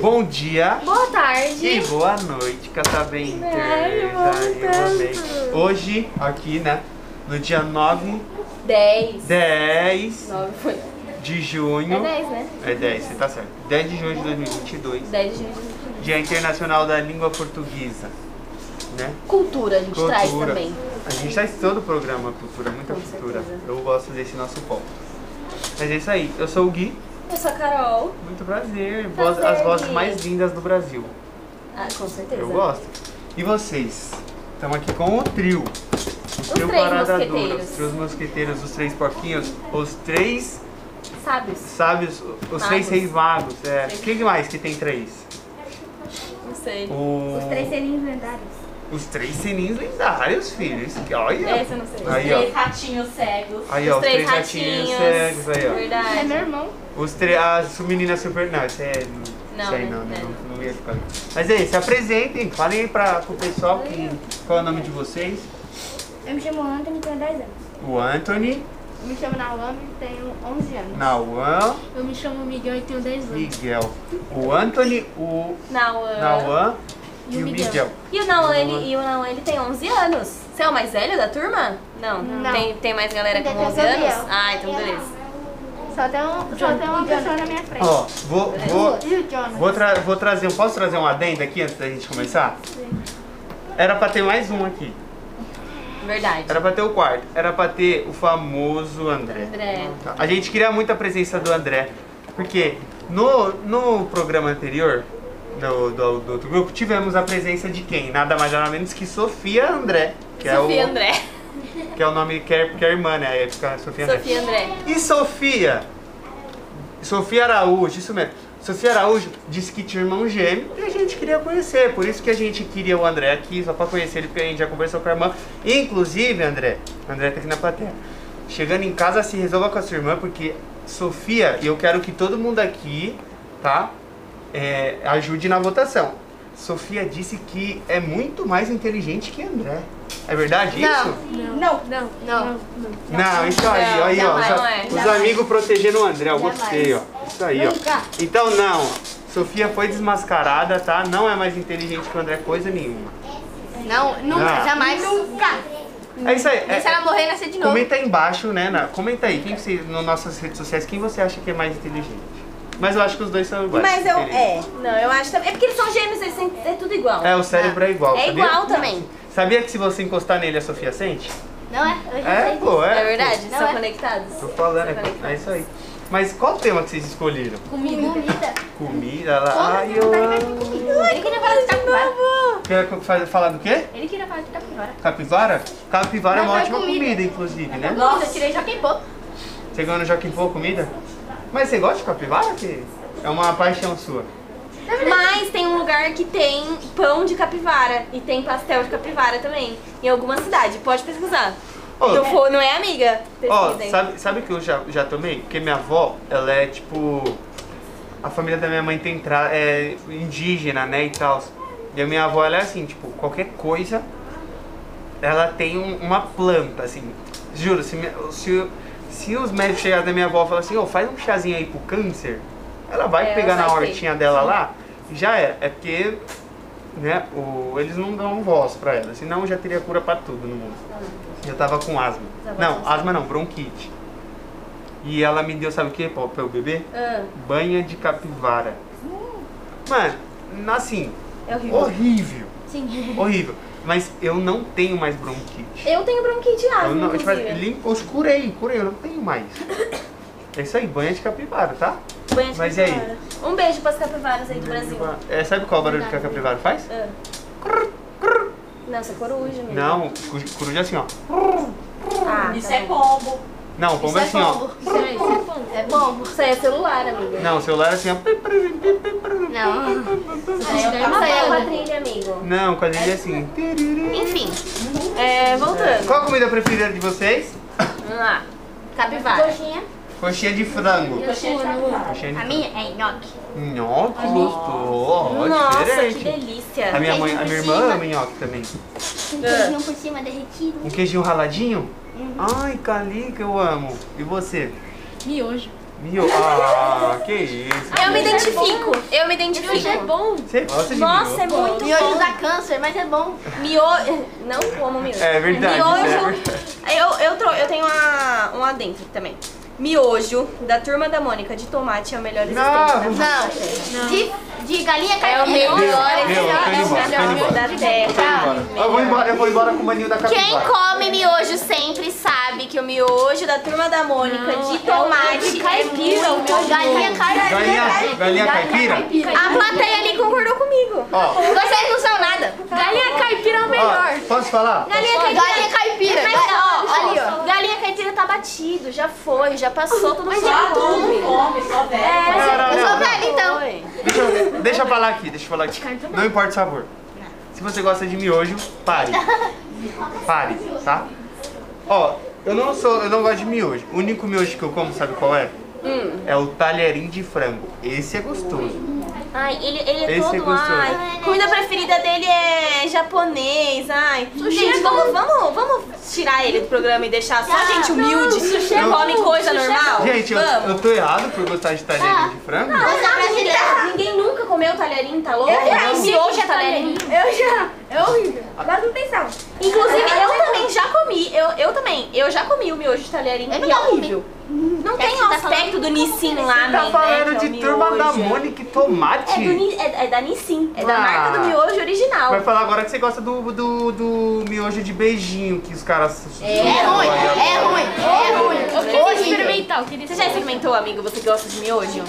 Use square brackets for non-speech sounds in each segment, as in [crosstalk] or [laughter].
Bom dia Boa tarde. e boa noite, Cataventers. Ai, eu amo Ai, eu amei. tanto. Hoje, aqui, né, no dia 9, 10. 10 9 foi. de É junho... 10, né? É 10, você tá certo. 10 de junho de 2022, 10 de Dia Internacional da Língua Portuguesa, né? cultura a gente traz Cultura. também. A gente traz todo o programa Cultura, muita Com cultura. certeza. Eu gosto desse nosso ponto. Mas é isso aí, eu sou o Gui, Eu sou a Carol. muito prazer. Voz- Prazer, as vozes Gui. mais lindas do Brasil. Ah, com certeza. Eu gosto. E vocês? Estamos aqui com o trio. O trio três Parada Dura. mosqueteiros. Os três mosqueteiros, os três porquinhos, os três Sábios. sábios, os três Magos. reis magos. É. Três. Quem mais que tem três? Não sei. O- Os três selinhos lendários. Os três sininhos lendários, filho. Isso que- Olha. Essa eu É, não sei. Aí, ó. Três ratinhos cegos. Aí, ó, os três ratinhos cegos aí, É meu Verdade. irmão. ó. Os três. As meninas super. Não, isso é. Não, isso aí né? não, né? É. Não, não ia ficar. Mas é isso, se apresentem, falem aí pra, pro pessoal que, qual é o nome de vocês. Eu me chamo Anthony, tenho 10 anos. O Anthony, Eu me chamo Naomi, tenho 11 anos. Nauan, Eu me chamo Miguel e tenho 10 Miguel. O Anthony, o Nauan. Nauan e o Miguel. E o Nauan, ele, e o Nauan, ele tem 11 anos. Você é o mais velho da turma? Não. Não. Tem, tem mais galera com Ainda tem 11 o Gabriel. anos? Ah, então beleza. Só tem, um, só tem uma pessoa na minha frente. Ó, vou, vou, E o Jonas? vou, tra- vou trazer um. Posso trazer um adendo aqui antes da gente começar? Era pra ter mais um aqui. Verdade. Era pra ter o quarto. Era pra ter o famoso André. André. A gente queria muito a presença do André. Porque no, no programa anterior, do, do, do outro grupo, tivemos a presença de quem? Nada mais nada menos que Sofia André. Que Sofia é o, André. Que é o nome que é, que é irmã, né? Aí fica Sofia André. Sofia André. E Sofia? Sofia Araújo, isso mesmo. Sofia Araújo disse que tinha um irmão gêmeo e a gente queria conhecer. Por isso que a gente queria o André aqui, só pra conhecer ele, porque a gente já conversou com a irmã. Inclusive, André, André tá aqui na plateia. Chegando em casa, se resolva com a sua irmã, porque Sofia, e eu quero que todo mundo aqui, tá? é, ajude na votação. Sofia disse que é muito mais inteligente que André. É verdade isso? Não. Não. Não. Não, isso aí, Não, aí, ó. jamais, os- não é. Os, Jamais. amigos protegendo o André, eu gostei, ó. Isso aí, ó. Nunca. Então, não. Sofia foi desmascarada, tá? Não é mais inteligente que o André, coisa nenhuma. Não. Não. Jamais. Nunca. É isso aí. é- morrer, nascer de comenta aí embaixo, né? na- comenta aí, quem que você, nas nossas redes sociais, quem você acha que é mais inteligente? Mas eu acho que os dois são iguais. Mas eu. É. inteligentes. Não, eu acho também. É porque eles são gêmeos, eles são, é tudo igual. É, o cérebro é igual, É sabia? igual também. Sabia que se você encostar nele, a Sofia sente? Não é? Hoje É, pô, é. É verdade, Não são é? conectados. Tô falando, São conectados. é, é isso aí. Mas qual o tema que vocês escolheram? Comida. Comida lá. Ai, eu amo. Ele queria falar de capivara. Quer fa- falar do quê? Ele queria falar de capivara. Capivara? Capivara é uma Mas é ótima comida, comida. inclusive, né? Nossa, eu tirei já queimou. Você ganhou no Joaquim Pô comida? Mas você gosta de capivara? Que é uma paixão sua. Mas tem um lugar que tem pão de capivara e tem pastel de capivara também. Em alguma cidade, pode pesquisar. Ô, Não for, não é amiga? ó, Pesquisem. sabe, sabe que eu já, já tomei? Porque minha avó, ela é tipo. A família da minha mãe tem tra... é indígena, né? E tal. E a minha avó, ela é assim, tipo, qualquer coisa, ela tem um- uma planta, assim. Juro, se, minha- se, se os médicos chegarem da minha avó e falarem assim, ô, faz um chazinho aí pro câncer, ela vai É, pegar ela na vai ter. hortinha dela lá e já era. É porque, né, o, eles não dão voz pra ela, senão já teria cura pra tudo no mundo. Eu tava com asma. Ah. Tava não, com asma não, bronquite. E ela me deu, sabe o que, pra pra eu beber? Ah, Banha de capivara. Hum. Mano, assim, é horrível. horrível. Sim. Horrível. Mas eu não tenho mais bronquite. Eu tenho bronquite de asma, Eu, não, tipo, inclusive. limpo, eu curei, curei, eu não tenho mais. É isso aí, banha de capivara, tá? Banho de Mas e aí? capivara. Um beijo pras capivaras aí do Brasil. É, sabe qual barulho que a capivara faz? Ah. Não, você é coruja mesmo. Não, cu- coruja é assim, ó. Ah, Isso tá é bom. pombo. Não, pomba é assim, ó. É bom. Isso aí é celular, amiga. Não, o celular é assim, ó. Não. Isso aí é Havaiana. uma trilha, amigo. Não, com a gente é assim. Enfim. É, voltando. Qual a comida preferida de vocês? Vamos lá. Capivara. Coxinha. Coxinha de frango. Coxinha de A frango. minha é nhoque. Nhoque gostoso. Nossa, que diferente. delícia. A minha mãe, a minha irmã Cima. ama nhoque também. Um queijinho por cima derretido. Um queijinho raladinho? Ai, cali que eu amo. E você? Miojo. Mio. Ah, que isso. Eu me gente. identifico, eu me identifico. Miojo é bom. Você gosta de Nossa, é miojo? muito Miojo bom. dá câncer, mas é bom. Miojo. Não como miojo. É verdade, isso é Miojo. verdade. Eu, eu, tro- eu tenho uma, um adentro também. Miojo da turma da Mônica de tomate é o melhor Não, existente. Não. É De, de galinha carneira. Deu, deu, tô indo É o embora, tô indo melhor embora. da terra. Eu vou embora, eu vou embora com o maninho da Quem capivara. come miojo sempre sabe que o miojo da turma da Mônica de tomate é muito bom. Galinha carneira. Galinha, galinha caipira? A plateia ali concordou comigo. Ó, Vocês não são nada. Galinha caipira é o ó, posso falar? Galinha caipira. Galinha caipira. Mas, ó, Ali, ó, ó. galinha caipira tá batido, já foi, já passou, todo mundo É, Não, Eu não, sou não. velha, então. Deixa, eu- deixa eu falar aqui, deixa eu falar aqui. Não importa o sabor. Se você gosta de miojo, pare. Pare, tá? Ó, eu não sou, eu não gosto de miojo. O único miojo que eu como, sabe qual é? É o talherim de frango. Esse é gostoso. Ai, ele, ele é Esse é todo. gostoso. ai, comida preferida dele é japonês. Ai, gente, vamos, vamos, vamos tirar ele do programa e deixar só gente humilde que bom, come coisa normal? Gente, eu, vamos. eu tô errado por gostar de talherim de frango? Ah. Você é brasileira. tá? Ninguém nunca comeu talherinho, tá louco? já Esse hoje é talherinho. Eu já. É horrível. Mas não tem sal. Inclusive, eu também já comi. Eu, eu também. Eu já comi o miojo de talherinho. Eu e já é comi. horrível. Não tem o tá aspecto do Nissin lá, né? Tá falando de turma da Mônica e tomate? É, do, Ni- é, é da Nissin. É da Ah. marca do miojo original. Vai falar agora que você gosta do, do, do miojo de beijinho que os caras. É ruim, é ruim, é ruim. Eu queria Horrível. experimentar, eu queria Você já experimentar. experimentou, amigo? Você que gosta de miojo?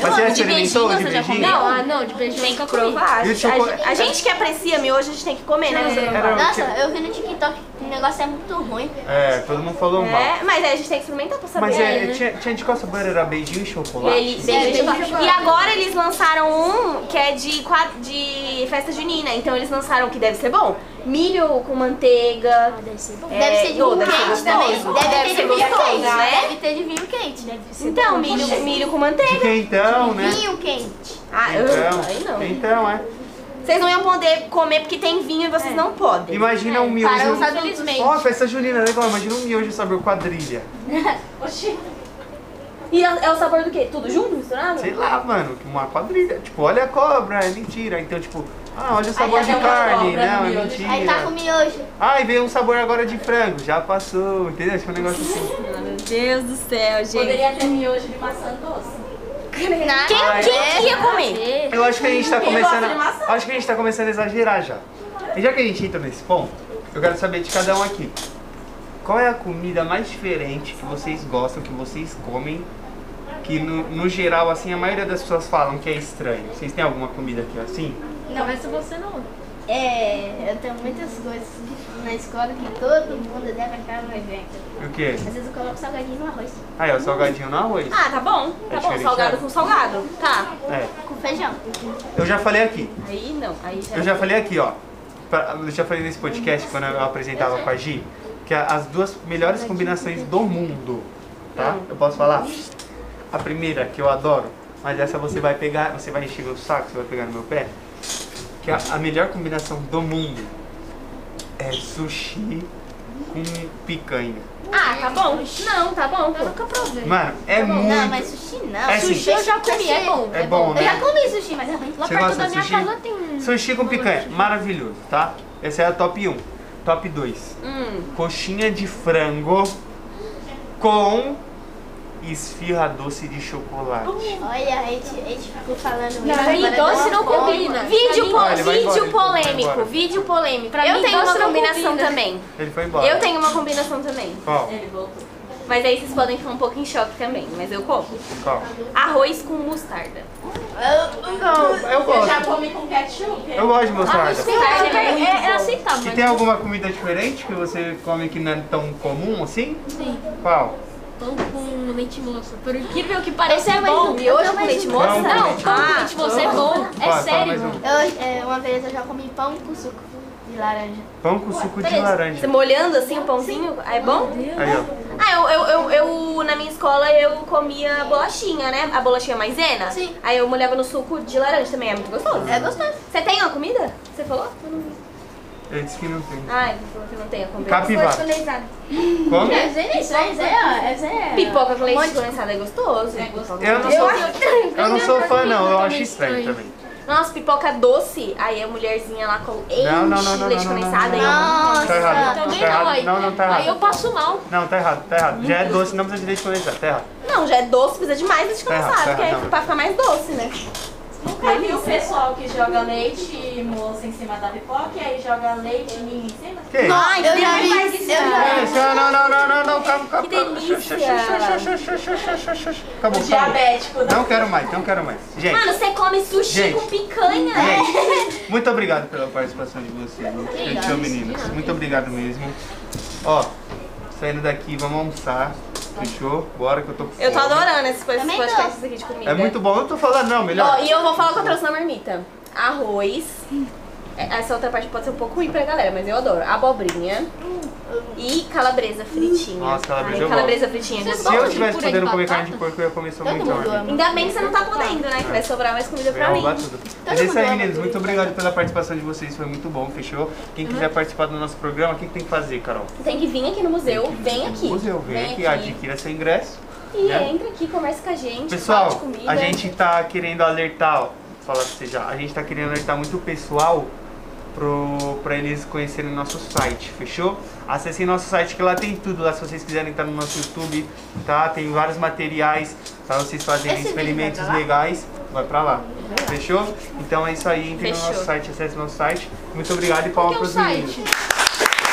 Mas você já De experimentou de beijinho, você já beijinho? Não, ah, não, de beijo Tem que nunca comi. provar. A, E o gente- a chocolate? gente- a gente que aprecia miojo, a gente tem que comer, né? Você não Era gosta. o Nossa, que- eu vi no TikTok que o negócio é muito ruim. É, todo mundo falou mal. É, mas aí a gente tem que experimentar pra saber. Mas né? é, tinha, tinha de qual sabor? Era beijinho e chocolate? Beli- beijo de beijo de chocolate. chocolate. E agora eles lançaram um que é de, qua- de festa junina. Então eles lançaram que deve ser bom. Milho com manteiga. Ah, Deve ser bom. Deve ser de vinho deve quente ser também. gostoso. Deve, Deve ter ser de vinho gostoso, quente. né? Deve ter de vinho quente. Deve ser Então, milho, milho com manteiga. De então, né? vinho quente. Ah, eu- aí Então, não. então, é. Vocês não iam poder comer porque tem vinho e vocês não podem. Imagina É, um miojo. Para os adultos. Ó, festa junina, legal. Imagina um miojo sabor [laughs] quadrilha. E é é o sabor do quê? Tudo junto, misturado? Sei lá, mano, que uma quadrilha. Tipo, olha a cobra, é mentira. Então, tipo, ah, olha o sabor de carne. Não, é mentira. Aí tá com miojo. Ah, e veio um sabor agora de frango. Já passou, entendeu? Tipo um negócio assim. Meu Deus do céu, gente. ter miojo de maçã doce. Nada. Quem, quem que ia comer? Eu acho que a gente tá Quem gosta de começando. maçã? Acho que a gente tá começando a exagerar já. E já que a gente entra nesse ponto, eu quero saber de cada um aqui. Qual é a comida mais diferente que vocês gostam, que vocês comem? Que no, no geral, assim, a maioria das pessoas falam que é estranho. Vocês têm alguma comida aqui assim? Não, mas se você não. É, eu tenho muitas coisas na escola que todo mundo deve achar nojento. O quê? Às vezes eu coloco salgadinho no arroz. Aí, ó, salgadinho no arroz. Ah, tá bom. Tá É bom, diferente, salgado né? com salgado. Tá. É. Com feijão. Eu já falei aqui. Aí não, aí já. Eu já falei aqui, ó. pra- eu já falei nesse podcast quando eu apresentava com a Gi, que a- as duas melhores combinações do mundo, tá? Eu posso falar? A primeira, que eu adoro, mas essa você vai pegar, você vai encher meu saco, você vai pegar no meu pé, que é a, a melhor combinação do mundo é sushi com picanha. Ah, tá bom. Não, tá bom. Eu nunca provei. Mano, é muito... Tá Não, mas sushi não. É sushi sim. eu já comi, é bom. É bom, Eu já né? comi sushi, mas é ruim. Você gosta de sushi? um Sushi com picanha, maravilhoso, tá? Essa é a top 1. Top 2. Hum. coxinha de frango com esfirra doce de Hum. chocolate. Olha, a gente, a gente ficou falando Não, agora mim deu doce uma não fome. combina. Vídeo, po- Ah, ele vai vídeo embora, ele vai polêmico, embora. vídeo polêmico. Pra eu mim, tenho doce uma não combinação combina. também. Ele foi embora. Eu tenho uma combinação também. Qual? Mas aí vocês podem ficar um pouco em choque também, mas eu como. Qual? Arroz com mostarda. Não, eu Já gosto. come com ketchup? Eu gosto de mostarda. Mostarda é muito É, é bom. aceitável, E mas tem alguma comida diferente que você come que não é tão comum assim? sim. Qual? Pão com leite moça. Por incrível que pareça, é Mas bom. o miojo com leite moça? Não, Não, pão com Ah, leite moça é bom. Vai, É fala mais sério. um. Eu, é, uma vez eu já comi pão com suco de laranja. Pão com suco de beleza. Você laranja. molhando assim o pãozinho, é bom? Aí, ó. Ah, eu, eu, eu, eu- na minha escola eu comia bolachinha, né? A bolachinha maisena. Sim. Aí eu molhava no suco de laranja também, é muito gostoso. É gostoso. Você tem uma comida? Você falou? Eu não vi. Ele disse que não tem. Ai, você falou que não tem, Ah, eu comprei. Capivara. Como? Essa é, essa é, essa é. Pipoca com leite condensado é gostoso. Eu não sou, eu não sou fã, não. Eu acho estranho Estranho. também. Nossa, pipoca doce. Aí a mulherzinha lá com enche Não, não, não, não, leite não, não, não, condensado. aí eu- não, não. Tá errado. Também tá não, errado. aí. Não, não, tá aí eu errado. passo mal. Não, tá errado, tá errado. Já é doce, não precisa de leite condensado. Tá errado. Não, já é doce, precisa de mais leite Tá errado, condensado, tá porque aí errado, pra ficar mais doce, né? Nunca vi o um pessoal que joga leite e moça em cima da pipoca e aí joga leite e ninguém em cima. Que? Ai, eu já vi, faz isso, eu já É, isso, ah, Não, não, não, não, não, calma, calma. Que calma. delícia. O Acabou, acabou. diabético da Não quero mais, não quero mais. Mano, é. Gente, né? você come sushi Gente. com picanha. gente, muito obrigado pela participação de vocês. viu? Eu te amo, meninas. Muito obrigado mesmo. Ó, saindo daqui, vamos almoçar. Fechou? Bora que eu tô com fome. Eu tô adorando esses coisas, Também podcasts aqui de comida. É muito bom. Eu não tô falando não, melhor. Ó, e eu vou falar o que eu trouxe na marmita. Arroz. É, Essa outra parte pode ser um pouco ruim pra galera, mas eu adoro. Abobrinha. E calabresa fritinha. Nossa, calabresa Ai, eu calabresa fritinha. Vocês Se gostoso. eu gostam de tivesse purê de podendo comer batata? carne de porco, eu ia comer só Todo muito mundo ama. Ainda bem que você não tá podendo, né? Que vai sobrar mais comida Vai pra mim. roubar tudo. Mas é isso aí, meninos. Muito obrigado pela participação de vocês. Foi muito bom, fechou? Quem quiser participar do nosso programa, o que que tem que fazer, Carol? Tem que vir aqui no museu, vem aqui. Museu, vem aqui, adquira seu ingresso. E né? entra aqui, conversa com a gente, fala Pessoal, de comida. a gente tá querendo alertar, ó, falar pra você já, a gente tá querendo alertar muito o pessoal pro, pra eles conhecerem nosso site, fechou? Acessem nosso site que lá tem tudo, lá se vocês quiserem tá no nosso YouTube, tá? Tem vários materiais pra vocês fazerem Esse vídeo experimentos vai pra lá? legais, vai pra lá, fechou? Então é isso aí, entrem no Fechou. nosso site, acessem nosso site. Muito obrigado e palma que é o pros meninos. site?